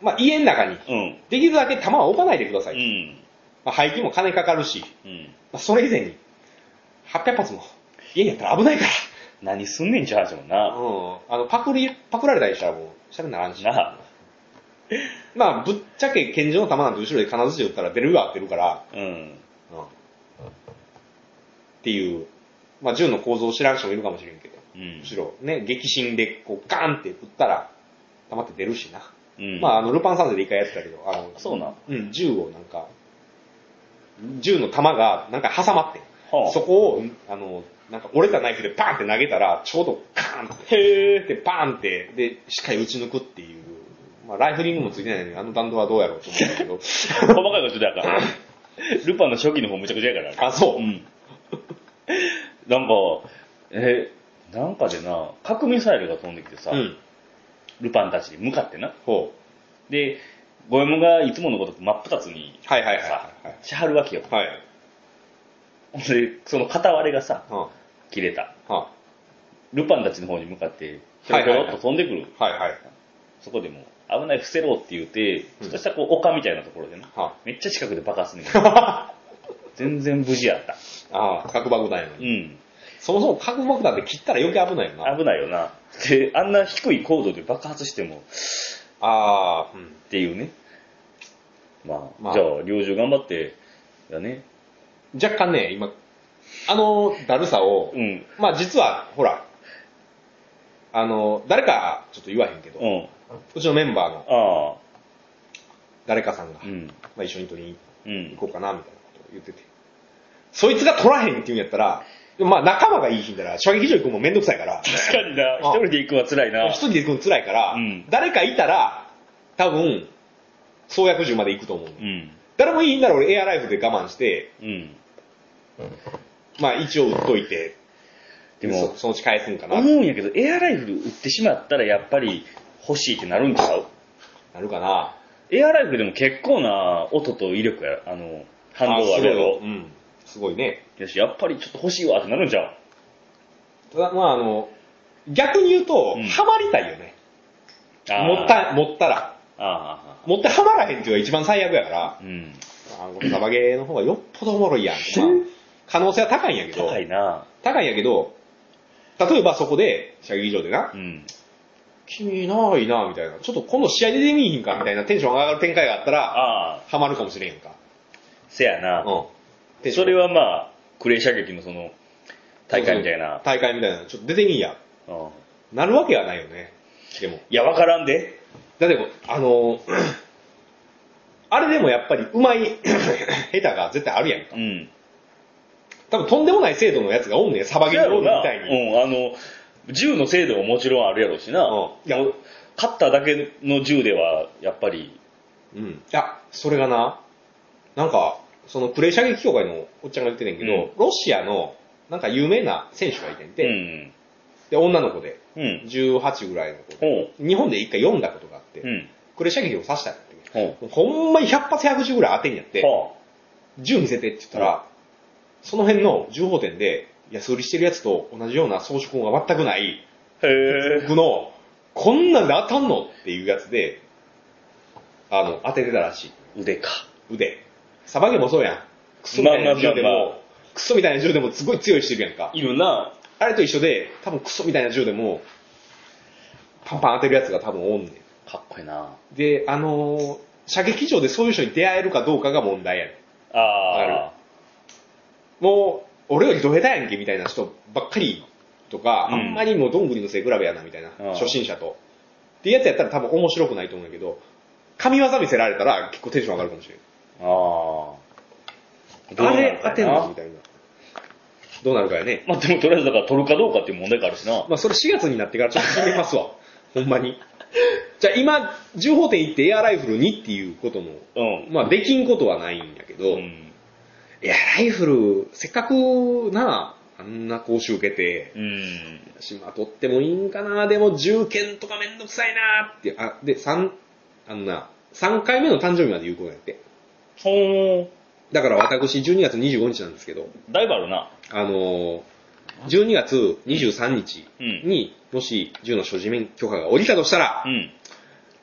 Speaker 1: まあ、家の中に、
Speaker 2: うん。
Speaker 1: できるだけ弾は置かないでくださ
Speaker 2: う
Speaker 1: い。
Speaker 2: ん。
Speaker 1: まあ、廃棄も金かかるし、
Speaker 2: うん。
Speaker 1: まあ、それ以前に、800発も、家にやったら危ないか
Speaker 2: 何すんねんちゃう話もん
Speaker 1: ら。
Speaker 2: な。
Speaker 1: うん。あの、パクリ、パクられたりしたらもう、しゃべんならんし。
Speaker 2: なあ。
Speaker 1: まあ、ぶっちゃけ拳銃の弾なんて後ろで金槌打ったら出るが合ってるから、
Speaker 2: う
Speaker 1: っ
Speaker 2: ん。
Speaker 1: ていう、まあ、銃の構造を知らん人もいるかもしれんけど、
Speaker 2: うん
Speaker 1: む。しろね、激震でこうガーンって打ったら、弾って出るしな。
Speaker 2: うん。
Speaker 1: まあ、あの、ルパン三世で一回やってたけど、あの、
Speaker 2: そうなん。
Speaker 1: うん、銃をなんか、銃の弾がなんか挟まってん、
Speaker 2: は
Speaker 1: そこを、あの、なんか折れたナイフでパーンって投げたら、ちょうどカーンって
Speaker 2: あ。へえ。
Speaker 1: で、パーンって、で、しっかり打ち抜くっていう。まあ、ライフリングもついてないのに、あの弾道はどうやろうと思うんだけど。
Speaker 2: 細かいことだから。ルパンの初期の方むちゃくちゃやか ら。
Speaker 1: あ、そうう。
Speaker 2: ん。なんか、え、なんかでな、核ミサイルが飛んできてさ、
Speaker 1: うん。
Speaker 2: ルパンたちに向かってな。
Speaker 1: ほう。
Speaker 2: で、ゴエモンがいつものことく真っ二つに
Speaker 1: はいはいはい
Speaker 2: さ、しはるわけよ。
Speaker 1: はい。はい。
Speaker 2: で、その片割れがさ、
Speaker 1: うん。は
Speaker 2: 切れた。
Speaker 1: あ
Speaker 2: ルパンたちの方に向かって、ひょろひょろっと飛んでくる。
Speaker 1: はいはい。
Speaker 2: そこでもう危ない、伏せろって言うて、ちょっとしたこう丘みたいなところでね、
Speaker 1: は
Speaker 2: めっちゃ近くで爆発 すんねん
Speaker 1: あ
Speaker 2: 全然無事やった。
Speaker 1: あ、核爆弾やの
Speaker 2: う
Speaker 1: に。
Speaker 2: ん。
Speaker 1: そもそも核爆弾って切ったら余計危ないよな。
Speaker 2: 危ないよな。で、あんな低い高度で爆発しても、
Speaker 1: ああ、うん。
Speaker 2: っていうね。まあ、
Speaker 1: まあ
Speaker 2: じゃあ、猟銃頑張って、だね。
Speaker 1: 若干ね、今、あのだるさを、
Speaker 2: うん。
Speaker 1: まあ実は、ほら、あの、誰か、ちょっと言わへんけど、
Speaker 2: う。
Speaker 1: うんちのメンバーの
Speaker 2: ああ。
Speaker 1: 誰かさんが、
Speaker 2: うん。
Speaker 1: まあ一緒に取りに
Speaker 2: う
Speaker 1: 行
Speaker 2: ん。
Speaker 1: こうかな、みたいなことを言ってて。そいつが取らへんって言うんやったら、でもまあ仲間がいい日なら、射撃場行くのもめんどくさいから、
Speaker 2: 確かにな、一
Speaker 1: あ
Speaker 2: 人で行くは辛いな。
Speaker 1: 一人で行くの辛いから、
Speaker 2: うん
Speaker 1: 誰かいたら、多分、創薬銃まで行くと思う。
Speaker 2: うん。
Speaker 1: 誰もいいんなら俺エアライフで我慢して、
Speaker 2: うん。
Speaker 1: まあ一応撃っといて、
Speaker 2: で
Speaker 1: で
Speaker 2: も
Speaker 1: も、そのうち返すんかな
Speaker 2: 思う、んやけど、エアライフル売ってしまったら、やっぱり欲しいってなるんちゃう
Speaker 1: なるかな。
Speaker 2: エアライフルでも結構な音と威力や、あの、反動はあるや
Speaker 1: あす
Speaker 2: ろ
Speaker 1: ご。いうん。すごいね。
Speaker 2: よし、やっぱりちょっと欲しいわってなるんちゃう
Speaker 1: ただ、まああの、逆に言うと、
Speaker 2: うん
Speaker 1: ハマりたいよね。
Speaker 2: あー
Speaker 1: 持っ。た、持ったら。
Speaker 2: あ
Speaker 1: 持ってハマらへんっていうのが一番最悪やから、
Speaker 2: あ。うん。
Speaker 1: あのこれサバゲーの方がよっぽどおもろい やんって。まあ可能性は高いんやけど、
Speaker 2: 高いな。
Speaker 1: 高いんやけど、例えばそこで、射撃場でな
Speaker 2: う、ん。
Speaker 1: 君いないな、みたいな。ちょっと今度試合出てみいひんか、みたいなテンション上がる展開があったら、
Speaker 2: ああ、
Speaker 1: ハマるかもしれんやんか。
Speaker 2: せやな。
Speaker 1: うん。テンショ
Speaker 2: そ
Speaker 1: ン
Speaker 2: れはまあ、クレー射撃のその、大会みたいな。
Speaker 1: 大会みたいな。ちょっと出てみいや。
Speaker 2: うん
Speaker 1: なるわけがないよね。でも。
Speaker 2: いや、わからんで。
Speaker 1: だってこう、あの ーあれでもやっぱりうまい 下手が絶対あるやんか。
Speaker 2: うん。
Speaker 1: 多分とんでもない精度のやつがおんねん、サバゲーのみ
Speaker 2: な。
Speaker 1: たいに。
Speaker 2: うん、あの、銃の精度ももちろんあるやろうしな。
Speaker 1: うんいや
Speaker 2: 勝っただけの銃では、やっぱり、
Speaker 1: うん。いや、それがな、なんか、そのクレイ射撃協会のおっちゃんが言ってたんやけど、
Speaker 2: うん
Speaker 1: ロシアの、なんか有名な選手がいてん
Speaker 2: う
Speaker 1: て、
Speaker 2: ん。
Speaker 1: で、女の子で、
Speaker 2: うん。
Speaker 1: 18ぐらいの子
Speaker 2: ほ
Speaker 1: で、
Speaker 2: う。
Speaker 1: 日本で一回読んだことがあって、
Speaker 2: うん。
Speaker 1: クレイ射撃を刺したんやって
Speaker 2: ほう。
Speaker 1: ほんまに100発110ぐらい当てにやって、
Speaker 2: ほ
Speaker 1: 銃見せてって言ったら、その辺の銃砲店で安売りしてるやつと同じような装飾音が全くない、
Speaker 2: う。へえ。
Speaker 1: 僕の、こんなんで当たんのっていうやつで、あの、当ててたらしい。
Speaker 2: 腕か。
Speaker 1: 腕。サバゲもそうやん。クソみたいな銃でも、
Speaker 2: まあまあまあま
Speaker 1: クソみたいな銃でもすごい強いしてるやんか。
Speaker 2: いるな。
Speaker 1: あれと一緒で、多分クソみたいな銃でも、パンパン当てるやつが多分おんねん。
Speaker 2: かっこいいな。
Speaker 1: で、あのー射撃場でそういう人に出会えるかどうかが問題やねん。
Speaker 2: ああ。
Speaker 1: もう、俺よりど下手やんけみたいな人ばっかりとか、
Speaker 2: うん
Speaker 1: あんまりもうどんぐりの背比べやなみたいな、
Speaker 2: うん
Speaker 1: 初心者と。っていうやつやったら多分面白くないと思うんだけど、神業見せられたら結構テンション上がるかもしれな
Speaker 2: ああ。どう
Speaker 1: い。あ
Speaker 2: な
Speaker 1: れ
Speaker 2: るか
Speaker 1: 当
Speaker 2: やな
Speaker 1: てんのみたいな。どうなるかやね。
Speaker 2: まあでもとりあえずだから取るかどうかっていう問題があるしな。
Speaker 1: まあそれ4月になってからちょっと決めます わ。ほんまに。じゃあ今、銃砲店行ってエアライフルにっていうことも、
Speaker 2: うん。
Speaker 1: まあできんことはないんやけど、
Speaker 2: うん。
Speaker 1: エアライフル、せっかくな、あんな講習受けて、
Speaker 2: うん。
Speaker 1: しまとってもいいんかなでも銃剣とかめんどくさいなって。あ、で、三、あのな、3回目の誕生日まで有効やって。
Speaker 2: ほう。
Speaker 1: だから私12月25日なんですけど、
Speaker 2: だいぶあるな。
Speaker 1: あのー、12月23日に、もし銃の所持免許可が下りたとしたら
Speaker 2: う、ん。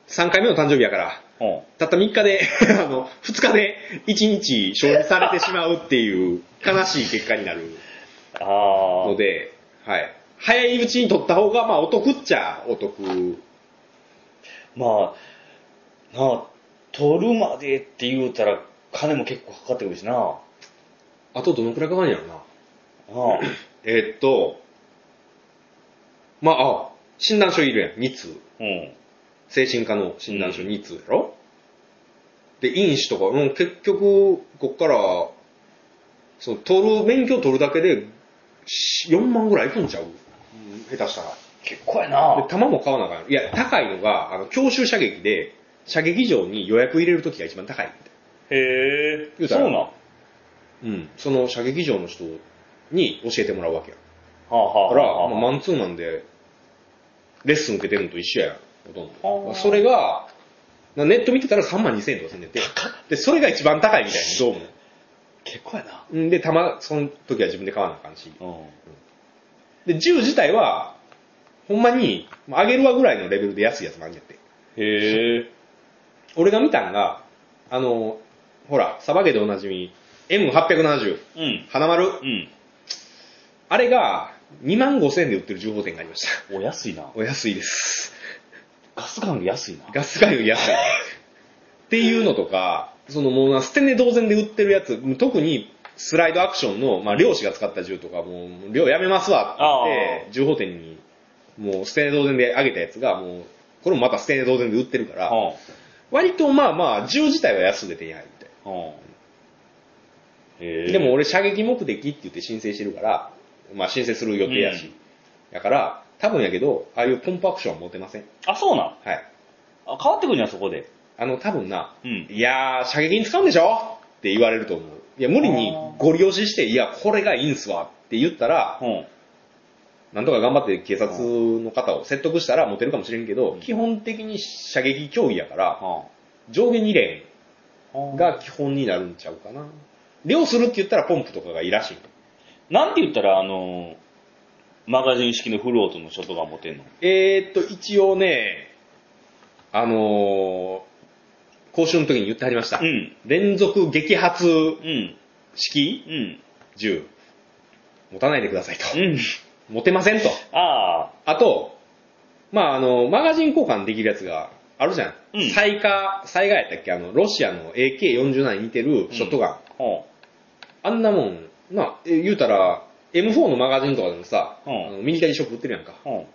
Speaker 1: 3回目の誕生日やから、
Speaker 2: ほ
Speaker 1: たった3日で、 あの、2日で1日消費されてしまうっていう悲しい結果になる
Speaker 2: う。ああ
Speaker 1: の。で、はい。早いうちに取った方が、まあ、お得っちゃお得
Speaker 2: まあ、なあ、取るまでって言うたら、金も結構かかってくるしな。な
Speaker 1: あとどのくらいかかるんやろな。
Speaker 2: あ、
Speaker 1: えーっと、まあ、あ、診断書いるやん。2通。
Speaker 2: うん。
Speaker 1: 精神科の診断書2通やろ、で、飲酒とか、うん、結局、こっから、その、取る、免許取るだけで、し4万ぐらいいくんちゃう、うん下手したら。
Speaker 2: 結構やな。
Speaker 1: で、弾も買わなあかん。いや、高いのが、あの、教習射撃で、射撃場に予約入れるときが一番高いみたい
Speaker 2: へえ、
Speaker 1: 言う
Speaker 2: そ
Speaker 1: た
Speaker 2: う
Speaker 1: ら
Speaker 2: なん。は
Speaker 1: な。うん。その射撃場の人に教えてもらうわけや。
Speaker 2: あ、は
Speaker 1: か
Speaker 2: あ、
Speaker 1: ら、
Speaker 2: はあ
Speaker 1: まあ、マンツーなんで、レッスン受けてるのと一緒やん、ほとんど。
Speaker 2: はあ
Speaker 1: それが、なネット見てたら3万2000円とかせんねんて。で、それが一番高いみたいに、 どうも
Speaker 2: 結構やな。。
Speaker 1: うんで、たま、その時は自分で買わなあかんし。
Speaker 2: うん。
Speaker 1: で、銃自体は、ほんまに、まあ上げるわぐらいのレベルで安いやつもあんねんやって。
Speaker 2: へへえ。
Speaker 1: 俺が見たんが、あの、ほら、サバゲーでおなじみ、M870、
Speaker 2: うん。
Speaker 1: 花丸、
Speaker 2: うん。
Speaker 1: あれが2万5千円で売ってる情報店がありました。
Speaker 2: お安いな。
Speaker 1: お安いです。
Speaker 2: ガスガンより安いな。
Speaker 1: ガスガより安い。っていうのとか、そのもうな、捨て値同然で売ってるやつ、もう特にスライドアクションの、まあ、漁師が使った銃とか、もう、漁やめますわって言って、銃砲店に、もう捨て値同然で上げたやつが、もう、これもまた捨て値同然で売ってるから、割とまあまあ、銃自体は安で手に入るみたいな。
Speaker 2: うん。うん。へえ。
Speaker 1: でも、俺、射撃目的って言って申請してるから、まあ申請する予定や
Speaker 2: う
Speaker 1: し。だから、多分やけど、ああいうポンプアクションは持てません。
Speaker 2: あ、そうなん。
Speaker 1: はい。
Speaker 2: あ変わってくるんや、そこで。
Speaker 1: あの、多分な、
Speaker 2: うん。
Speaker 1: いやー、射撃に使うんでしょって言われると思う。いや、無理にご利用しして、いや、これがいいんすわって言ったら、
Speaker 2: うん。
Speaker 1: なんとか頑張って警察の方を説得したら持てるかもしれんけど、
Speaker 2: うん
Speaker 1: 基本的に射撃競技やから、
Speaker 2: う
Speaker 1: 上下2連
Speaker 2: ん。
Speaker 1: が基本になるんちゃうかな。量するって言ったらポンプとかがいいらしい。
Speaker 2: なんて言ったら、あのー、マガジン式のフロートのショットガン持てんの
Speaker 1: えー、っと、一応ね、あのー、講習の時に言ってはりました。
Speaker 2: ん。
Speaker 1: 連続激発
Speaker 2: うん。
Speaker 1: 式
Speaker 2: うん。
Speaker 1: 銃、持たないでくださいと。
Speaker 2: うん。
Speaker 1: 持てませんと。
Speaker 2: あ
Speaker 1: あと、まああの、マガジン交換できるやつがあるじゃん。
Speaker 2: うん
Speaker 1: 災禍、災害やったっけあの、ロシアの AK47 に似てるショットガン。
Speaker 2: あ。ほ
Speaker 1: あんなもん、な、え言うたら、M4 のマガジンとかでもさ、
Speaker 2: うん
Speaker 1: あのミニタリーショップ売ってるやんか
Speaker 2: う。。ほ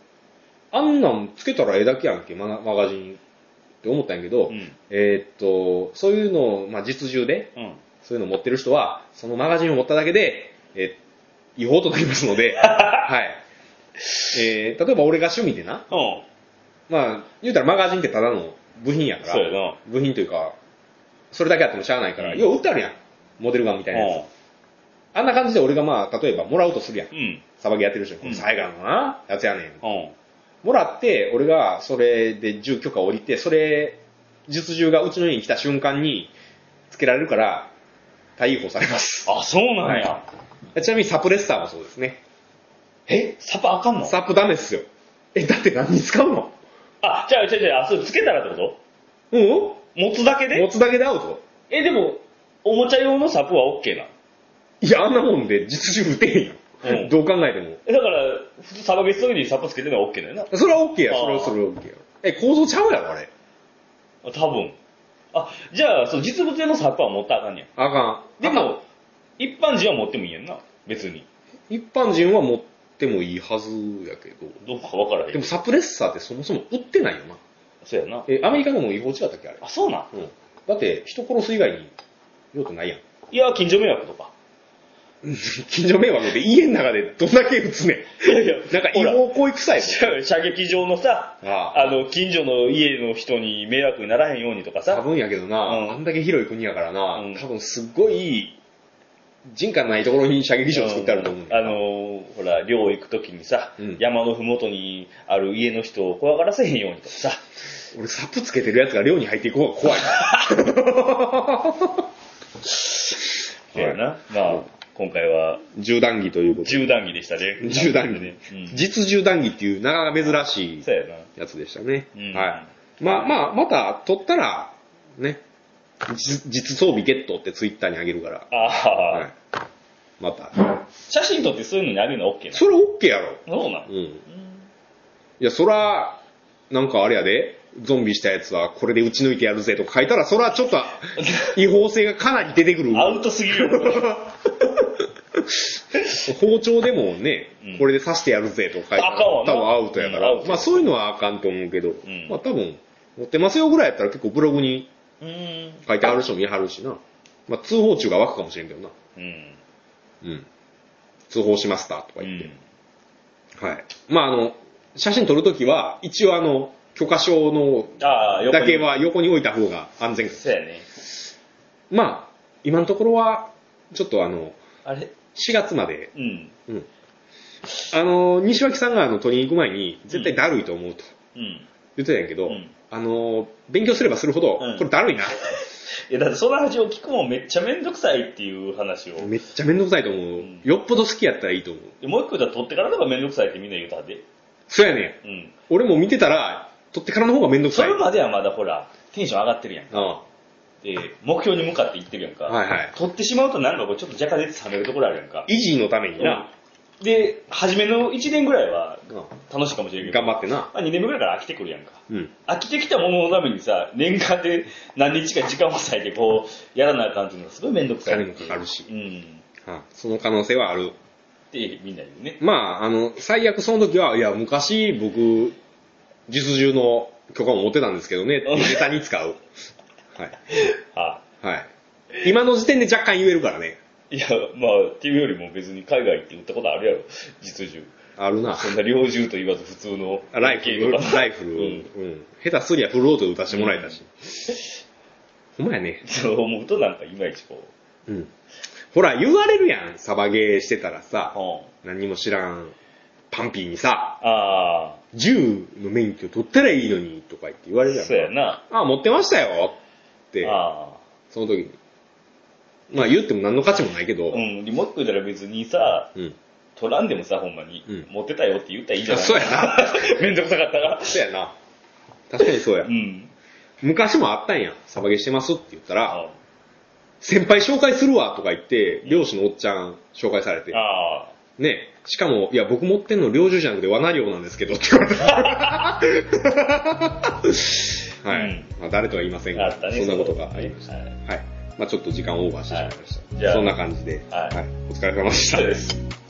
Speaker 1: あんなんつけたらええだけやんけ、マガマガジンって思ったんやけど、
Speaker 2: う。うん。
Speaker 1: えーっと、そういうのを、まあ、実銃で、
Speaker 2: うん。
Speaker 1: そういうの持ってる人は、そのマガジンを持っただけで、え違法となりますの で、はい。えー例えば俺が趣味でな、
Speaker 2: うん。
Speaker 1: まあ、言うたらマガジンってただの部品やか
Speaker 2: そうや
Speaker 1: ら、
Speaker 2: な。
Speaker 1: 部品というか、それだけあってもしゃあないから、
Speaker 2: うん
Speaker 1: よう売ってあるやん。モデルガンみたいなやつ。あんな感じで俺がまあ、例えばもらおうとするやん
Speaker 2: う。ん。
Speaker 1: サバゲやってる人に、こ
Speaker 2: うん
Speaker 1: のサイガンのな、やつやねん。
Speaker 2: うん。
Speaker 1: もらって、俺がそれで銃許可を降りて、それ、実銃がうちの家に来た瞬間に、つけられるから、逮捕されます。
Speaker 2: あ、そうなんや。
Speaker 1: ちなみにサプレッサーもそうですね。
Speaker 2: えサパあかんの
Speaker 1: サップダメっすよ。え、だって何に使うの
Speaker 2: あ、じゃあ、じゃあ、じゃあ、それつけたらってこと
Speaker 1: うん
Speaker 2: 持つだけ
Speaker 1: 持
Speaker 2: で
Speaker 1: つだけでアウト。
Speaker 2: え、でも、おもちゃ用のサプは OK な。
Speaker 1: いや、あんなもんで実銃撃てへんよ。
Speaker 2: うん
Speaker 1: どう考えても。
Speaker 2: えだから、普通サバゲス時にサプつけてるのは OK だよな。
Speaker 1: それは OK や、それ
Speaker 2: あ
Speaker 1: は
Speaker 2: ー
Speaker 1: それは OK や。え、構造ちゃうやろ、あれ。
Speaker 2: あ多分。あ、じゃあ、その実物用のサプは持ったらあかんねや。
Speaker 1: あかん。
Speaker 2: で
Speaker 1: でも、
Speaker 2: も、一般人は持ってもいいやんな。別に。
Speaker 1: 一般人は持ってもいいはずやけど。
Speaker 2: どうかわからへん。
Speaker 1: でもサプレッサーってそもそも売ってないよな。
Speaker 2: そうやな。
Speaker 1: え、アメリカでも違法違ったっけ、あれ。
Speaker 2: あ、そうなん。
Speaker 1: うん。だって、人殺す以外に用途ないやん。
Speaker 2: いや、近所迷惑とか。
Speaker 1: 近所迷惑で家の中でどんだけ撃つねん。
Speaker 2: いやいや、
Speaker 1: なんか違
Speaker 2: ほら
Speaker 1: 法行為臭い
Speaker 2: 射撃場のさ、
Speaker 1: もん。ああ。
Speaker 2: あの、近所の家の人に迷惑にならへんようにとか
Speaker 1: 多
Speaker 2: さ。
Speaker 1: 分やけどな、
Speaker 2: うん
Speaker 1: あんだけ広い国やからな、
Speaker 2: うん
Speaker 1: 多分すっごい人家のないところに射撃場作ってあると思うんだ
Speaker 2: あ
Speaker 1: よな
Speaker 2: のーほら、寮行くときにさ、
Speaker 1: うん
Speaker 2: 山のふもとにある家の人を怖がらせへんようにとかさ、
Speaker 1: 俺サップつけてるやつが寮に入っていく方が怖い。
Speaker 2: そうやな。まあ、今回は、
Speaker 1: 銃弾儀ということで。
Speaker 2: 銃弾儀でしたね。
Speaker 1: 銃弾儀
Speaker 2: ね
Speaker 1: ね。。
Speaker 2: うん
Speaker 1: 実銃弾儀っていうなかなか珍しい
Speaker 2: そうやな。
Speaker 1: やつでしたね。
Speaker 2: うん
Speaker 1: はい。まあまあ、また撮ったら、ね、実実装備ゲットってツイッターにあげるから。
Speaker 2: ああ、
Speaker 1: はい。また。
Speaker 2: 写真撮ってそういうのにあげるのは OK な。
Speaker 1: それオッケーやろ。
Speaker 2: そうなん
Speaker 1: う。ん。いや、そら、なんかあれやで、ゾンビしたやつはこれで撃ち抜いてやるぜとか書いたら、そらち ょっと違法性がかなり出てくる。
Speaker 2: アウトすぎ るよ。
Speaker 1: 包丁でもね
Speaker 2: うん、
Speaker 1: これで刺してやるぜとか書いたら
Speaker 2: あかんわな
Speaker 1: 多分アウトやか
Speaker 2: うんアウ
Speaker 1: ら、
Speaker 2: ト
Speaker 1: まあそういうのはあかんと思うけど
Speaker 2: ん、
Speaker 1: まあ多分、持ってますよぐらいやったら結構ブログに
Speaker 2: うん。
Speaker 1: 書いてある人もいはるしな。まあ通報中が湧くかもしれんけどな。
Speaker 2: うん。
Speaker 1: うん。通報しましたとか
Speaker 2: う
Speaker 1: 言って。
Speaker 2: ん。
Speaker 1: はい。まああの、写真撮るときは、一応あの、許可証の
Speaker 2: ああ、横
Speaker 1: だ
Speaker 2: に
Speaker 1: け。は横に置いた方が安全か
Speaker 2: そうやね。
Speaker 1: まあ、今のところは、ちょっとあの、
Speaker 2: あれ
Speaker 1: 4月まで、
Speaker 2: うん。
Speaker 1: うん。あの、西脇さんがあの、取りに行く前に、絶対だるいと思うと
Speaker 2: うん。
Speaker 1: 言ってたんやけど、
Speaker 2: うん
Speaker 1: あの、勉強すればするほど、
Speaker 2: うん
Speaker 1: これだるいな。
Speaker 2: いや、だってその話を聞くもんめっちゃめんどくさいっていう話を。
Speaker 1: めっちゃめんどくさいと思う。
Speaker 2: ん
Speaker 1: よっぽど好きやったらいいと思う。
Speaker 2: でもう一個言ったら撮ってからとかめんどくさいってみんな言うたはで。
Speaker 1: そうやねん。
Speaker 2: うん。
Speaker 1: 俺も見てたら、取ってからの方がめんどく
Speaker 2: そ
Speaker 1: さい。
Speaker 2: れまではまだほら、テンション上がってるやん。
Speaker 1: うん。は
Speaker 2: で、目標に向かっていってるやんか。
Speaker 1: いはい。
Speaker 2: 取ってしまうとなんかこうちょっと若干熱冷めるところあるやんか。
Speaker 1: 維持のためにな。
Speaker 2: で、初めの1年ぐらいは
Speaker 1: う
Speaker 2: 楽しいかもしれん
Speaker 1: ん。
Speaker 2: けど、
Speaker 1: 頑
Speaker 2: ま
Speaker 1: 張ってな。
Speaker 2: あ、2年目ぐらいから飽きてくるやんか。
Speaker 1: うん。
Speaker 2: 飽きてきたもののためにさ、年間で 何日か時間を割いてこう、やらなあかんっていうのはすごいめんどくさい。
Speaker 1: 金もかかるし
Speaker 2: うん。
Speaker 1: はいその可能性はある。
Speaker 2: ってみんな言うね。
Speaker 1: まあ、あの、最悪その時は、いや、昔僕、実銃の許可を持ってたんですけどね、っていうネタに使う。はい。
Speaker 2: あ
Speaker 1: はい。今の時点で若干言えるからね。
Speaker 2: いや、まあ、っていうよりも別に海外って売ったことあるやろ、実銃。
Speaker 1: ある な。
Speaker 2: そんな猟銃と言わず普通の。
Speaker 1: ライフル、
Speaker 2: とか
Speaker 1: ライフル、
Speaker 2: う
Speaker 1: うんん。下手すりゃフルオートで打たしてもらえたし。ほんまやね。
Speaker 2: そう思うとなんかいまいちこう。
Speaker 1: うん。ほら、言われるやん。サバゲーしてたらさ、
Speaker 2: うん
Speaker 1: 何にも知らんパンピーにさ、
Speaker 2: ああ、
Speaker 1: 銃の免許取ったらいいのに、とか言って言われるやん。
Speaker 2: そうやな。
Speaker 1: あ、持ってましたよって、
Speaker 2: ああ。
Speaker 1: その時に。まあ言っても何の価値もないけど、
Speaker 2: うん、リモックたら別にさ、
Speaker 1: うん。
Speaker 2: 取らんでもさ、ほんまに、
Speaker 1: うん
Speaker 2: 持ってたよって言ったらいいじゃ
Speaker 1: あ
Speaker 2: ない
Speaker 1: そうやな。
Speaker 2: めんどくさかったら。
Speaker 1: そうやな。確かにそうや
Speaker 2: う。ん。
Speaker 1: 昔もあったんや。サバゲーしてますって言ったら、
Speaker 2: あ
Speaker 1: 先輩紹介するわとか言って、漁師のおっちゃん紹介されて、
Speaker 2: あ
Speaker 1: ね、しかも、いや、僕持ってんの猟銃じゃなくて罠猟なんですけどって言われた。はい。
Speaker 2: うん
Speaker 1: まあ、誰とは言いません
Speaker 2: ー、
Speaker 1: が、
Speaker 2: あったね。
Speaker 1: そんなことがありました。
Speaker 2: た。はい
Speaker 1: はい。まあ、ちょっと時間オーバーしてしまいました。
Speaker 2: はいじゃあ
Speaker 1: そんな感じで、
Speaker 2: はい
Speaker 1: お疲れ様でした。
Speaker 2: そうです。